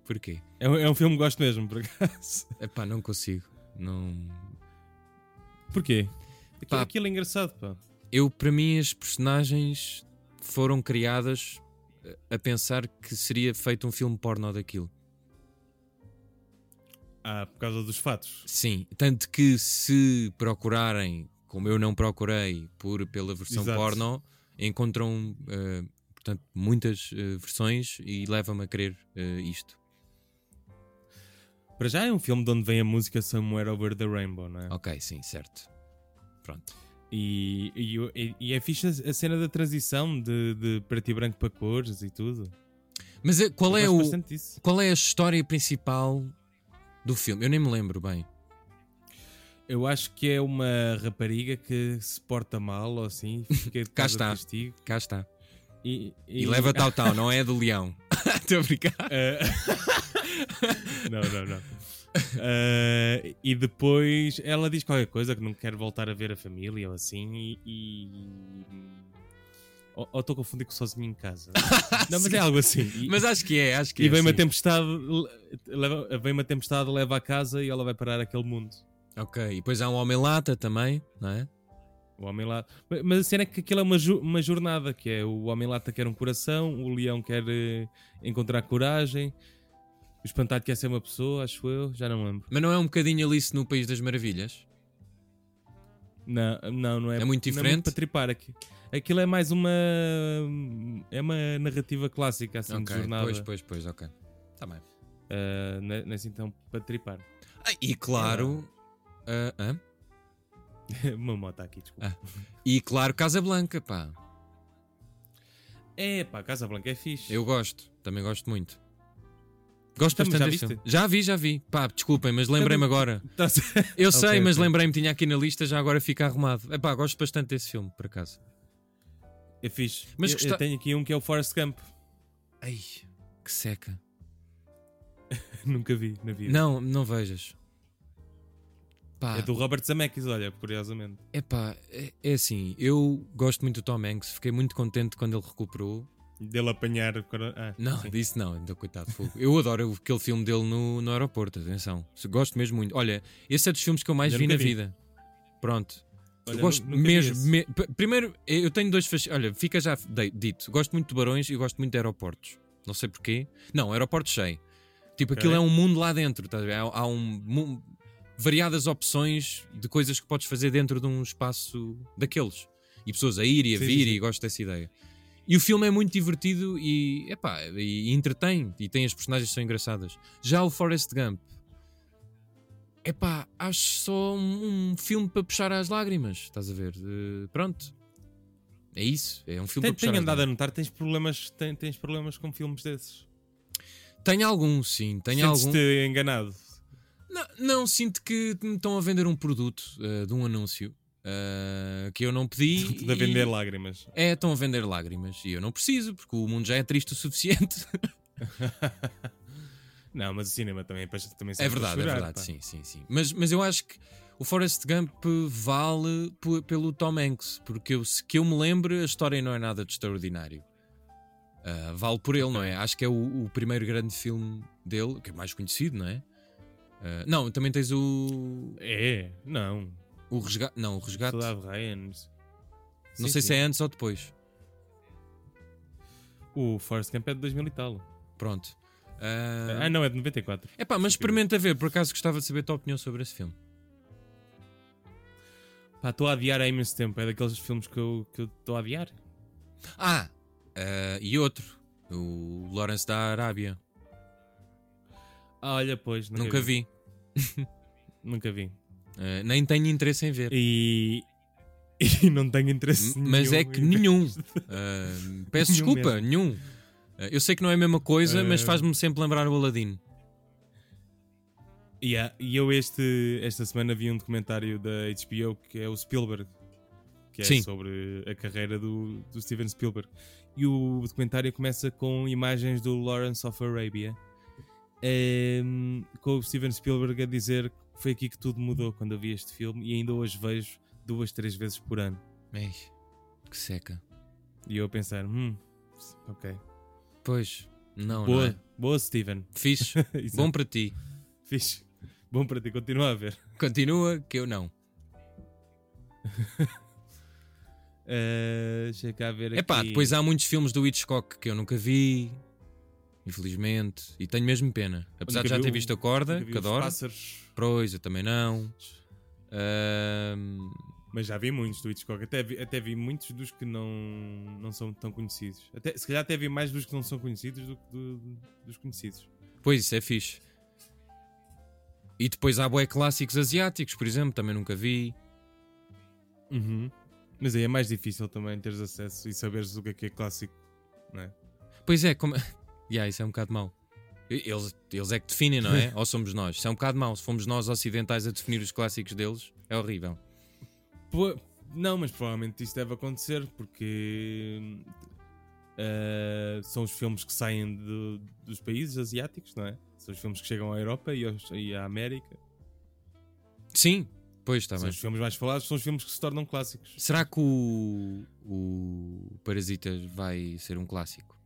Speaker 2: Porquê?
Speaker 1: É um, é um filme que gosto mesmo, por acaso.
Speaker 2: Epá, não consigo. Não.
Speaker 1: Porquê? Aquilo,
Speaker 2: Pá.
Speaker 1: aquilo é engraçado, pá.
Speaker 2: eu, para mim, as personagens foram criadas eh, a pensar que seria feito um filme porno daquilo.
Speaker 1: Ah, por causa dos fatos.
Speaker 2: Sim, tanto que se procurarem, como eu não procurei por, pela versão
Speaker 1: Exato.
Speaker 2: porno, encontram eh, portanto, muitas eh, versões e leva-me a crer eh, isto.
Speaker 1: Para já é um filme de onde vem a música Somewhere Over the Rainbow, não é?
Speaker 2: Ok, sim, certo. Pronto.
Speaker 1: E, e, o- e- e é fixe a cena da transição de, de preto e branco para cores e tudo.
Speaker 2: Mas eh,
Speaker 1: Eu
Speaker 2: qual é,
Speaker 1: gosto
Speaker 2: o,
Speaker 1: bastante disso.
Speaker 2: qual é a história principal do filme? Eu nem me lembro bem.
Speaker 1: Eu acho que é uma rapariga que se porta mal ou assim, fica de
Speaker 2: Cá
Speaker 1: casa de
Speaker 2: está.
Speaker 1: castigo
Speaker 2: Cá está.
Speaker 1: e,
Speaker 2: E, leva tal tal, não é do leão. Estou a brincar.
Speaker 1: Eh, não, não, não. Eh, e depois ela diz qualquer coisa que não quer voltar a ver a família ou assim e. e- Ou ou estou a confundir com sozinho em casa. não, mas é algo assim. E,
Speaker 2: Mas acho que é, acho que
Speaker 1: e
Speaker 2: é.
Speaker 1: vem uma
Speaker 2: sim.
Speaker 1: tempestade, le- leva, vem uma tempestade, leva a casa e ela vai parar aquele mundo.
Speaker 2: Ok, e depois há um homem lata também, não é?
Speaker 1: O homem lá. Mas- Mas a cena é que aquilo é uma, ju- uma jornada, que é o homem lata quer um coração, o leão quer eh, encontrar coragem, o espantado quer ser uma pessoa, acho eu, já não lembro.
Speaker 2: Mas não é um bocadinho Alice no País das Maravilhas?
Speaker 1: Não, não, não é.
Speaker 2: É muito
Speaker 1: não
Speaker 2: diferente?
Speaker 1: para tripar aqui. Aquilo é mais uma. É uma narrativa clássica, assim,
Speaker 2: ok,
Speaker 1: de jornada.
Speaker 2: pois, pois, pois, ok. Tá bem.
Speaker 1: Ah, não é- não é assim tão para tripar.
Speaker 2: Ah, e claro. ah, hã?
Speaker 1: uma moto aqui, desculpa.
Speaker 2: Ah. E claro, Casablanca, pá.
Speaker 1: É, pá, Casa Blanca é fixe.
Speaker 2: Eu gosto, também gosto muito. Gosto
Speaker 1: Então, mas já
Speaker 2: bastante deste
Speaker 1: viste?
Speaker 2: filme. Já vi, já vi. Pá, desculpem, mas lembrei-me agora.
Speaker 1: Tá-
Speaker 2: Eu
Speaker 1: Ok,
Speaker 2: sei, mas
Speaker 1: ok.
Speaker 2: lembrei-me, tinha aqui na lista, já agora fica arrumado. Epá, gosto bastante desse filme, por acaso.
Speaker 1: é fixe.
Speaker 2: Mas
Speaker 1: eu,
Speaker 2: gosta-
Speaker 1: eu tenho aqui um que é o Forrest Gump.
Speaker 2: Ai, que seca.
Speaker 1: Nunca vi na vida.
Speaker 2: Não, não vejas. Pá,
Speaker 1: É do Robert Zemeckis, olha, curiosamente.
Speaker 2: epá, é, é assim, eu gosto muito do Tom Hanks, fiquei muito contente quando ele recuperou.
Speaker 1: Dele apanhar. o coro- Ah,
Speaker 2: Não,
Speaker 1: sim.
Speaker 2: disse não, então coitado, fogo. Eu adoro aquele filme dele no, no aeroporto, atenção. Se- Gosto mesmo muito. Olha, esse é dos filmes que eu mais
Speaker 1: Eu
Speaker 2: vi
Speaker 1: nunca
Speaker 2: na
Speaker 1: vi.
Speaker 2: vida. Pronto.
Speaker 1: Olha,
Speaker 2: eu gosto
Speaker 1: nu- nunca vi
Speaker 2: mesmo.
Speaker 1: esse.
Speaker 2: me- p- primeiro, eh, eu tenho dois. fasc- Olha, fica já de- dito. Gosto muito de barões e gosto muito de aeroportos. Não sei porquê. Não, aeroportos sei. Tipo, aquilo
Speaker 1: Ok.
Speaker 2: é um mundo lá dentro. Estás a ver? Há, há um. mu- variadas opções de coisas que podes fazer dentro de um espaço daqueles. E pessoas a ir e a
Speaker 1: Sim,
Speaker 2: vir,
Speaker 1: sim,
Speaker 2: e gosto dessa ideia. E o filme é muito divertido e, epá, e entretém. E tem as personagens que são engraçadas. Já o Forrest Gump. Epá, acho só um, um filme para puxar às lágrimas. Estás a ver? Eh, pronto. É isso. É um
Speaker 1: Tenho,
Speaker 2: filme para puxar
Speaker 1: tenho
Speaker 2: às
Speaker 1: andado a
Speaker 2: lágrimas.
Speaker 1: notar, tens problemas, ten- tens problemas com filmes desses.
Speaker 2: Tenho algum, sim. Tenho algum.
Speaker 1: Sentes-te enganado.
Speaker 2: Não, não, sinto que me estão a vender um produto eh, de um anúncio eh, que eu não pedi.
Speaker 1: De vender lágrimas.
Speaker 2: e- É, estão a vender lágrimas. E eu não preciso, porque o mundo já é triste o suficiente.
Speaker 1: Não, mas o cinema também, pois, também serve
Speaker 2: É
Speaker 1: para
Speaker 2: verdade, é
Speaker 1: chorar,
Speaker 2: verdade,
Speaker 1: pá.
Speaker 2: sim, sim, sim. Mas, mas eu acho que o Forrest Gump vale p- pelo Tom Hanks, porque eu, se que eu me lembro, a história não é nada de extraordinário. Ah, vale por ele, não é? Acho que é o, o primeiro grande filme dele, que é mais conhecido, não é? Ah, não, também tens o.
Speaker 1: É, não.
Speaker 2: O resgate. Não, o resgate. Não
Speaker 1: Soldado Ryan. Não
Speaker 2: sei se é antes ou depois.
Speaker 1: O Forrest Gump é de 2000 e tal.
Speaker 2: Pronto.
Speaker 1: Ah,
Speaker 2: Ah,
Speaker 1: não, é de 94.
Speaker 2: epá, mas experimenta ver, por acaso gostava de saber a tua opinião sobre esse filme.
Speaker 1: Pá, estou a adiar há imenso tempo. É daqueles filmes que eu estou que eu tô a adiar.
Speaker 2: Ah! ah, e outro, o Lawrence da Arábia.
Speaker 1: Ah, olha, pois. Nunca,
Speaker 2: Nunca vi.
Speaker 1: Nunca vi.
Speaker 2: Uh, nem tenho interesse em ver.
Speaker 1: E. E não tenho interesse nenhum.
Speaker 2: Mas é que
Speaker 1: em-
Speaker 2: nenhum. Uh, peço
Speaker 1: Nenhum
Speaker 2: desculpa, nenhum. Uh, eu sei que não é a mesma coisa, mas
Speaker 1: Uh,
Speaker 2: faz-me sempre lembrar o Aladdin.
Speaker 1: Yeah, E eu este, esta semana vi um documentário da HBO que é o Spielberg, que é
Speaker 2: Sim.
Speaker 1: sobre a carreira do, do Steven Spielberg. E o documentário começa com imagens do Lawrence of Arabia, ehm, com o Steven Spielberg a dizer que foi aqui que tudo mudou quando eu vi este filme e ainda hoje vejo duas, três vezes por ano.
Speaker 2: Ei, que seca.
Speaker 1: E eu a pensar, hum, ok.
Speaker 2: Pois, não,
Speaker 1: Boa,
Speaker 2: não é?
Speaker 1: boa Steven.
Speaker 2: Fixe,
Speaker 1: Exato.
Speaker 2: bom para ti.
Speaker 1: Fixe. Bom para ti, continua a ver.
Speaker 2: Continua, que eu não.
Speaker 1: Eh, Uh, deixa cá ver
Speaker 2: É pá,
Speaker 1: aqui.
Speaker 2: depois há muitos filmes do Hitchcock que eu nunca vi, infelizmente, e tenho mesmo pena. Apesar
Speaker 1: Nunca
Speaker 2: de já
Speaker 1: vi
Speaker 2: ter
Speaker 1: o-
Speaker 2: visto a corda,
Speaker 1: Nunca vi
Speaker 2: que
Speaker 1: os
Speaker 2: adoro.
Speaker 1: Pássaros,
Speaker 2: Pois, eu também não. Ahm,
Speaker 1: mas já vi muitos do Hitchcock. Até vi, até vi muitos dos que não, não são tão conhecidos. Até, se calhar até vi mais dos que não são conhecidos do que do- dos conhecidos.
Speaker 2: pois, isso é fixe. E depois há bué clássicos asiáticos, por exemplo, também nunca vi. Uhum.
Speaker 1: Mas aí é mais difícil também teres acesso e saberes o que é que é clássico. não é?
Speaker 2: Pois é, como. yeah, isso é um bocado mau. E- Eles, eles é que definem, não é? Ou somos nós? Isso é um bocado mau. Se fomos nós ocidentais a definir os clássicos deles, é horrível.
Speaker 1: Po- Não, mas provavelmente isso deve acontecer porque hum, eh, são os filmes que saem do- dos países asiáticos, não é? São os filmes que chegam à Europa e, aos- e à América.
Speaker 2: Sim, pois está
Speaker 1: são
Speaker 2: bem.
Speaker 1: os filmes mais falados, são os filmes que se tornam clássicos.
Speaker 2: Será que o, o Parasitas vai ser um clássico?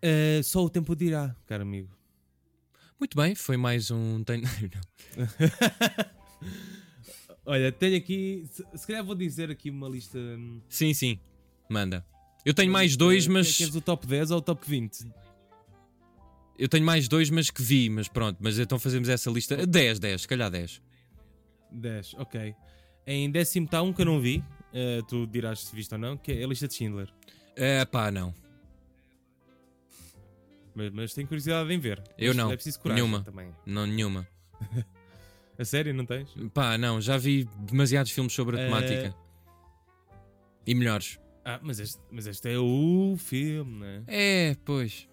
Speaker 1: Eh, só o tempo dirá, caro amigo.
Speaker 2: Muito bem, foi mais um. Tenho... Não.
Speaker 1: Olha, tenho aqui. Se, se calhar vou dizer aqui uma lista. hum, eh,
Speaker 2: Sim, sim, manda. Eu tenho mais
Speaker 1: lista-
Speaker 2: dois,
Speaker 1: quer-
Speaker 2: mas.
Speaker 1: Queres o é top 10 ou o top 20?
Speaker 2: Eu tenho mais dois, mas que vi, mas pronto. Mas então fazemos essa lista. 10, 10, se calhar 10.
Speaker 1: 10, ok. Em décimo está um que eu não vi. eh, tu dirás se viste ou não, que é a lista de Schindler.
Speaker 2: É pá, não.
Speaker 1: Mas, mas tenho curiosidade em ver.
Speaker 2: Eu
Speaker 1: Mas
Speaker 2: não.
Speaker 1: É preciso coragem
Speaker 2: Nenhuma.
Speaker 1: também.
Speaker 2: Não, nenhuma.
Speaker 1: A sério, não tens?
Speaker 2: Pá, não, já vi demasiados filmes sobre a
Speaker 1: Eh,
Speaker 2: temática. E melhores.
Speaker 1: Ah, mas este, mas este é o filme, né?
Speaker 2: É, pois.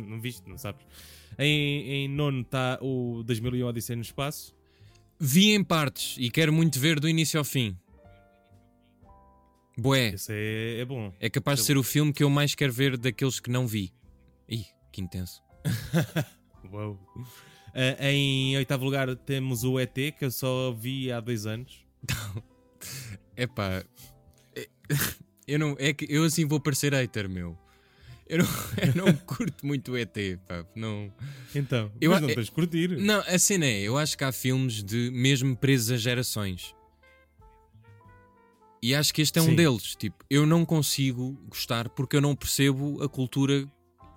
Speaker 1: não viste, não sabes. Em, em nono está o 2001 Odisseia no Espaço.
Speaker 2: Vi em partes e quero muito ver do início ao fim. Boé,
Speaker 1: Esse é, é bom.
Speaker 2: é capaz de ser o filme que eu mais quero ver daqueles que não vi. Ih, que intenso.
Speaker 1: Uau. Ah, em oitavo lugar temos o ET, que eu só vi há dois anos.
Speaker 2: É pá. é, Eu não, é que eu assim vou parecer hater, meu. Eu não, eu não curto muito o ET, pá. Não.
Speaker 1: Então,
Speaker 2: Eu
Speaker 1: mas
Speaker 2: a-
Speaker 1: não tens de curtir.
Speaker 2: Não, a cena é, eu acho que há filmes de mesmo presos a gerações. E acho que este é um
Speaker 1: Sim.
Speaker 2: deles. Tipo, eu não consigo gostar porque eu não percebo a cultura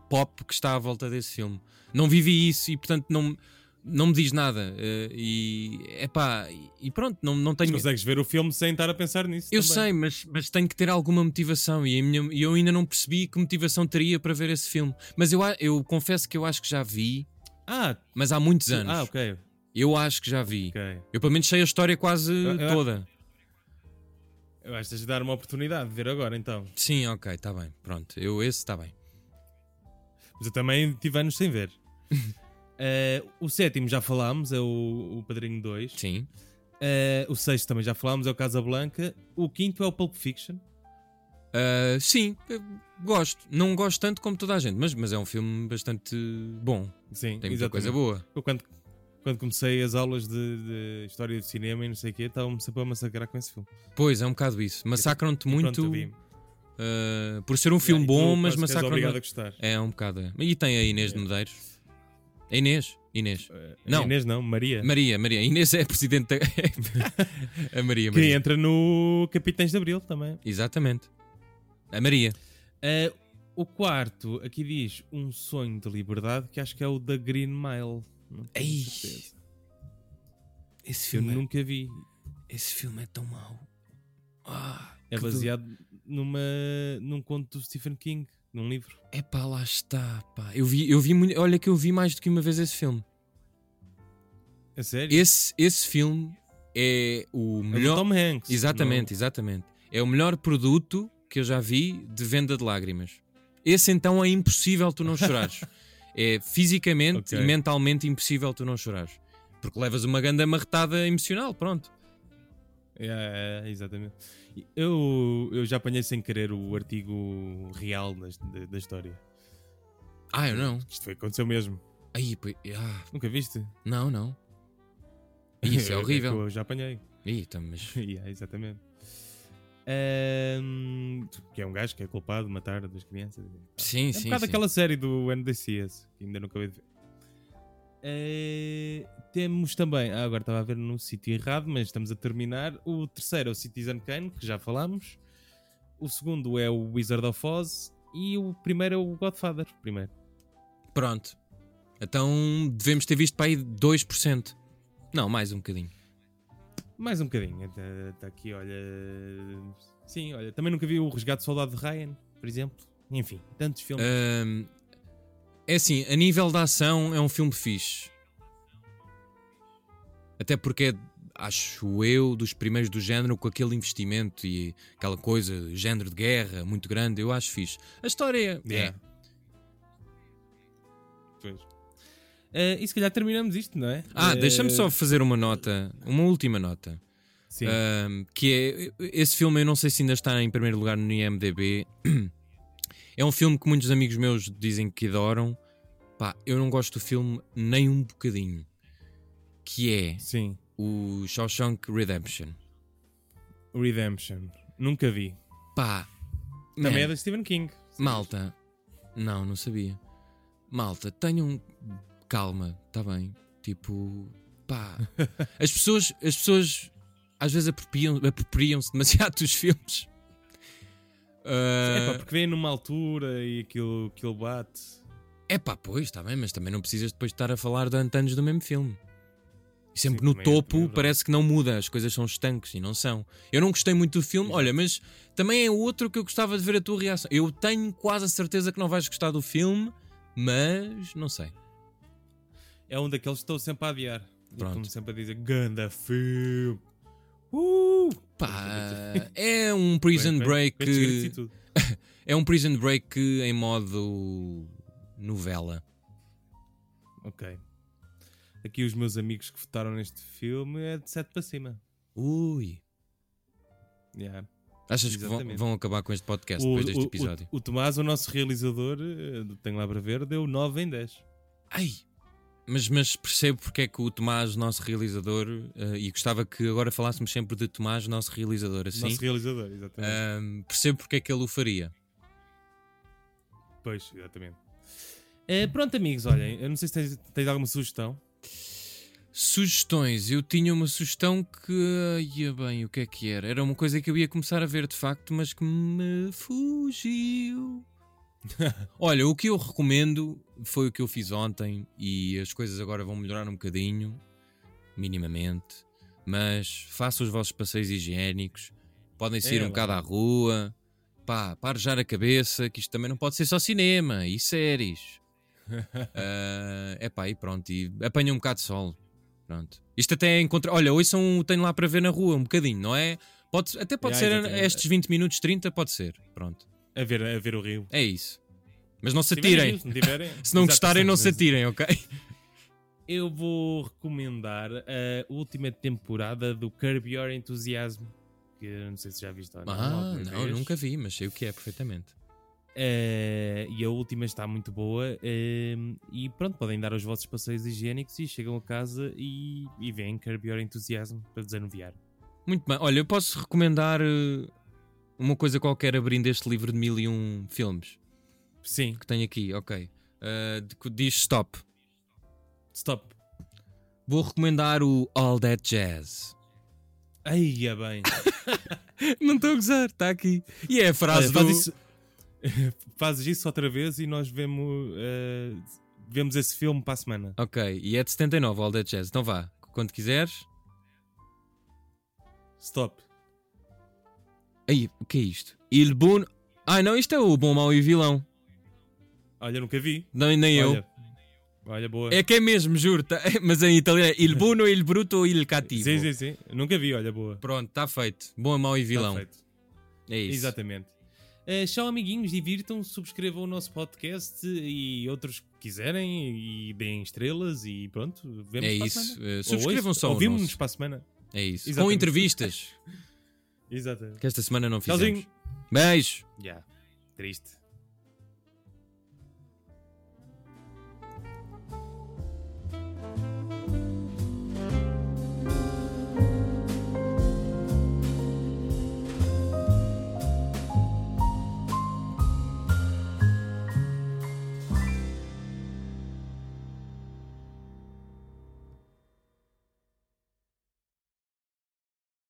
Speaker 2: pop que está à volta desse filme. Não vivi isso e, portanto, não, não me diz nada. Eh, e, epá, e- e pronto, não, não
Speaker 1: Mas
Speaker 2: tenho.
Speaker 1: consegues ver o filme sem estar a pensar nisso.
Speaker 2: Eu
Speaker 1: também.
Speaker 2: sei, mas, mas tenho que ter alguma motivação e a minha- e eu ainda não percebi que motivação teria para ver esse filme. Mas eu, a- eu confesso que eu acho que já vi,
Speaker 1: Ah,
Speaker 2: mas há muitos
Speaker 1: tu-
Speaker 2: anos.
Speaker 1: ah, ok.
Speaker 2: Eu acho que já vi.
Speaker 1: ok.
Speaker 2: Eu pelo menos sei a história quase
Speaker 1: Eu- eu-
Speaker 2: toda.
Speaker 1: Eu acho que tens de dar uma oportunidade de ver agora, então.
Speaker 2: Sim, ok, está bem. Pronto, eu esse está bem.
Speaker 1: Mas eu também tive anos sem ver. Eh, o sétimo já falámos, é o, o Padrinho 2.
Speaker 2: Sim.
Speaker 1: Eh, o sexto também já falámos, é o Casablanca. O quinto é o Pulp Fiction.
Speaker 2: Ah, sim, eu gosto. Não gosto tanto como toda a gente, mas, mas é um filme bastante bom.
Speaker 1: Sim,
Speaker 2: Tem muita
Speaker 1: exatamente.
Speaker 2: coisa boa.
Speaker 1: Eu quando, quando comecei as aulas de, de História do Cinema e não sei o quê, estavam-me sempre a massacrar com esse filme.
Speaker 2: Pois, é um bocado isso. Massacram-te
Speaker 1: E
Speaker 2: muito
Speaker 1: pronto, eu vi.
Speaker 2: ah, por ser um filme
Speaker 1: E tu
Speaker 2: bom,
Speaker 1: quase que
Speaker 2: mas
Speaker 1: és
Speaker 2: massacram-te.
Speaker 1: obrigado a gostar.
Speaker 2: É um bocado. é. E tem a Inês de Medeiros. A Inês? Inês.
Speaker 1: Eh,
Speaker 2: Não.
Speaker 1: Inês não, Maria.
Speaker 2: Maria, Maria. A Inês é a presidente da. a Maria,
Speaker 1: Que
Speaker 2: Maria.
Speaker 1: entra no Capitães de Abril também.
Speaker 2: Exatamente. A Maria.
Speaker 1: Eh, o quarto, aqui diz Um Sonho de Liberdade, que acho que é o da Green Mile. Não tenho
Speaker 2: Ei,
Speaker 1: certeza.
Speaker 2: Esse
Speaker 1: que eu nunca vi.
Speaker 2: Esse filme é tão mau. Ah,
Speaker 1: É
Speaker 2: que
Speaker 1: baseado numa, num conto do Stephen King, num livro.
Speaker 2: do- É pá, lá está, pá. Eu vi, eu vi, mui- olha que eu vi mais do que uma vez esse filme.
Speaker 1: É sério?
Speaker 2: Esse, esse filme é o
Speaker 1: É do
Speaker 2: melhor.
Speaker 1: Tom Hanks.
Speaker 2: Exatamente, exatamente. É o melhor produto que eu já vi de venda de lágrimas. Esse então é impossível tu não chorares. é fisicamente
Speaker 1: Ok.
Speaker 2: e mentalmente impossível tu não chorares. Porque levas uma ganda marretada emocional, pronto.
Speaker 1: Não- É, é, exatamente. Eu, eu já apanhei sem querer o artigo real da, da- da história.
Speaker 2: Ah, eu não.
Speaker 1: Isto foi, aconteceu mesmo.
Speaker 2: Aí, pois- ah,
Speaker 1: Nunca viste?
Speaker 2: não, não. Isso é horrível.
Speaker 1: eu já apanhei.
Speaker 2: Ih, então, mas...
Speaker 1: Yeah, exatamente. Ahm, que é um gajo que é culpado de matar duas crianças.
Speaker 2: Sim,
Speaker 1: É um
Speaker 2: sim,
Speaker 1: bocado
Speaker 2: sim.
Speaker 1: aquela série do NDCS, que ainda não acabei de ver. Eh, temos também, ah, agora estava a ver no sítio errado, mas estamos a terminar. O terceiro é o Citizen Kane, que já falámos. O segundo é o Wizard of Oz. E o primeiro é o Godfather. Primeiro.
Speaker 2: Pronto. Então devemos ter visto para aí 2%. Não, mais um bocadinho.
Speaker 1: Mais um bocadinho. Está aqui, olha. Sim, olha. Também nunca vi o Resgate do Soldado de Ryan, por exemplo. Enfim, tantos filmes.
Speaker 2: Ahm, é assim, a nível da ação é um filme fixe. Até porque é, acho eu, dos primeiros do género com aquele investimento e aquela coisa, género de guerra muito grande, eu acho fixe. A história é.
Speaker 1: É. Pois. Eh, e se calhar terminamos isto, não é?
Speaker 2: Ah,
Speaker 1: Eh,
Speaker 2: deixa-me só fazer uma nota, uma última nota.
Speaker 1: Sim.
Speaker 2: Um, que é esse filme eu não sei se ainda está em primeiro lugar no IMDb é um filme que muitos amigos meus dizem que adoram pá, eu não gosto do filme nem um bocadinho que é
Speaker 1: Sim.
Speaker 2: o Shawshank Redemption
Speaker 1: Redemption. Nunca vi.
Speaker 2: pá,
Speaker 1: Também
Speaker 2: man,
Speaker 1: é da Stephen King.
Speaker 2: malta não, não sabia malta, tenham calma tá bem, tipo pá, as pessoas as pessoas às vezes apropriam- apropriam-se demasiado dos filmes
Speaker 1: É
Speaker 2: Ah,
Speaker 1: pá, porque vem numa altura e aquilo, aquilo bate.
Speaker 2: É pá, pois, está bem, mas também não precisas depois estar a falar durante anos do mesmo filme. E sempre
Speaker 1: Sim,
Speaker 2: no
Speaker 1: também é- também é
Speaker 2: topo
Speaker 1: verdade.
Speaker 2: parece que não muda, as coisas são estanques e não são. Eu não gostei muito do filme, olha, mas também é outro que eu gostava de ver a tua reação. Eu tenho quase a certeza que não vais gostar do filme, mas não sei.
Speaker 1: É um daqueles que estou sempre a adiar.
Speaker 2: Pronto.
Speaker 1: Pronto. Estou sempre a dizer: Ganda filme! Uh!
Speaker 2: Pá, é um Prison
Speaker 1: Bem, bem,
Speaker 2: Break. eh,
Speaker 1: bem descritos e tudo.
Speaker 2: É um Prison Break em modo novela.
Speaker 1: Ok. Aqui os meus amigos que votaram neste filme é de 7 para cima.
Speaker 2: Ui.
Speaker 1: Yeah.
Speaker 2: Achas que vão,
Speaker 1: Exatamente.
Speaker 2: vão acabar com este podcast
Speaker 1: O,
Speaker 2: depois deste
Speaker 1: o-
Speaker 2: episódio?
Speaker 1: o- o Tomás, o nosso realizador, eh, do Tenho Lá para Ver, deu 9 em 10.
Speaker 2: Ai! Mas, mas percebo porque é que o Tomás, nosso realizador, eh, e gostava que agora falássemos sempre de Tomás, nosso realizador, assim.
Speaker 1: Nosso realizador, exatamente.
Speaker 2: Ahm, percebo porque é que ele o faria.
Speaker 1: Pois, exatamente. Eh, pronto, amigos, olhem, eu não sei se tens, tens alguma sugestão.
Speaker 2: Sugestões. Eu tinha uma sugestão que. Ia bem, o que é que era? Era uma coisa que eu ia começar a ver de facto, mas que me fugiu. Olha, o que eu recomendo foi o que eu fiz ontem e as coisas agora vão melhorar um bocadinho, minimamente. Mas faça os vossos passeios higiênicos, podem sair
Speaker 1: É,
Speaker 2: um
Speaker 1: lá.
Speaker 2: bocado à rua, pá, para arejar a cabeça, que isto também não pode ser só cinema e séries. É epá, e pronto, e apanha um bocado de sol. Pronto. Isto até é encontrar. Olha, hoje são, tenho lá para ver na rua um bocadinho, não é? Pode, até pode
Speaker 1: Yeah,
Speaker 2: ser
Speaker 1: exatamente.
Speaker 2: estes 20 minutos, 30, pode ser. Pronto.
Speaker 1: A ver, a ver o Rio.
Speaker 2: É isso. Mas não se
Speaker 1: tiverem
Speaker 2: atirem.
Speaker 1: Rio, se não, tiverem,
Speaker 2: Se não
Speaker 1: Exato,
Speaker 2: gostarem,
Speaker 1: sim,
Speaker 2: não se
Speaker 1: mas-
Speaker 2: atirem, ok?
Speaker 1: Eu vou recomendar a última temporada do Curb Your Enthusiasm. Que eu não sei se já viste ou não.
Speaker 2: Ah,
Speaker 1: alguma
Speaker 2: não,
Speaker 1: vez.
Speaker 2: nunca vi, mas sei o que é perfeitamente.
Speaker 1: Eh, e a última está muito boa. eh, e pronto, podem dar os vossos passeios higiênicos e chegam a casa e, e veem Curb Your Enthusiasm para desanuviar.
Speaker 2: Muito bem. Olha, eu posso recomendar eh, uma coisa qualquer abrindo este livro de mil e um filmes
Speaker 1: Sim,
Speaker 2: que tenho aqui, ok. Eh, de- que diz stop.
Speaker 1: stop.
Speaker 2: Vou recomendar o All That Jazz.
Speaker 1: Ai, é bem.
Speaker 2: não estou a gozar, está aqui. E é a frase
Speaker 1: Olha,
Speaker 2: do...
Speaker 1: faz isso- Fazes isso outra vez e nós vemos, eh, vemos esse filme para a semana.
Speaker 2: Ok, e é de 79, All That Jazz. Então vá, quando quiseres.
Speaker 1: Stop.
Speaker 2: Aí, o que é isto? Il Bun... Ah, não, isto é o Bom, Mau e Vilão.
Speaker 1: Olha, nunca vi.
Speaker 2: Não, nem eu.
Speaker 1: Olha, olha, boa.
Speaker 2: É que é mesmo, juro. tá- mas em italiano é il buono, il brutto, il cattivo.
Speaker 1: Sim, sim, sim. Nunca vi, olha, boa. Tá
Speaker 2: Pronto, está feito. Bom, mau e vilão.
Speaker 1: feito.
Speaker 2: é isso.
Speaker 1: Exatamente. Eh, tchau, amiguinhos. Divirtam, subscrevam o nosso podcast e outros que quiserem e deem estrelas e pronto. Vemos
Speaker 2: É
Speaker 1: para a
Speaker 2: isso.
Speaker 1: semana.
Speaker 2: Eh,
Speaker 1: Ou
Speaker 2: subscrevam
Speaker 1: ouço-
Speaker 2: só o
Speaker 1: Ouvimos-nos
Speaker 2: nosso.
Speaker 1: para a semana.
Speaker 2: É isso. Com
Speaker 1: Exatamente.
Speaker 2: entrevistas,
Speaker 1: Exatamente.
Speaker 2: que esta semana não fizemos.
Speaker 1: Tchauzinho.
Speaker 2: Beijo.
Speaker 1: Já. Triste.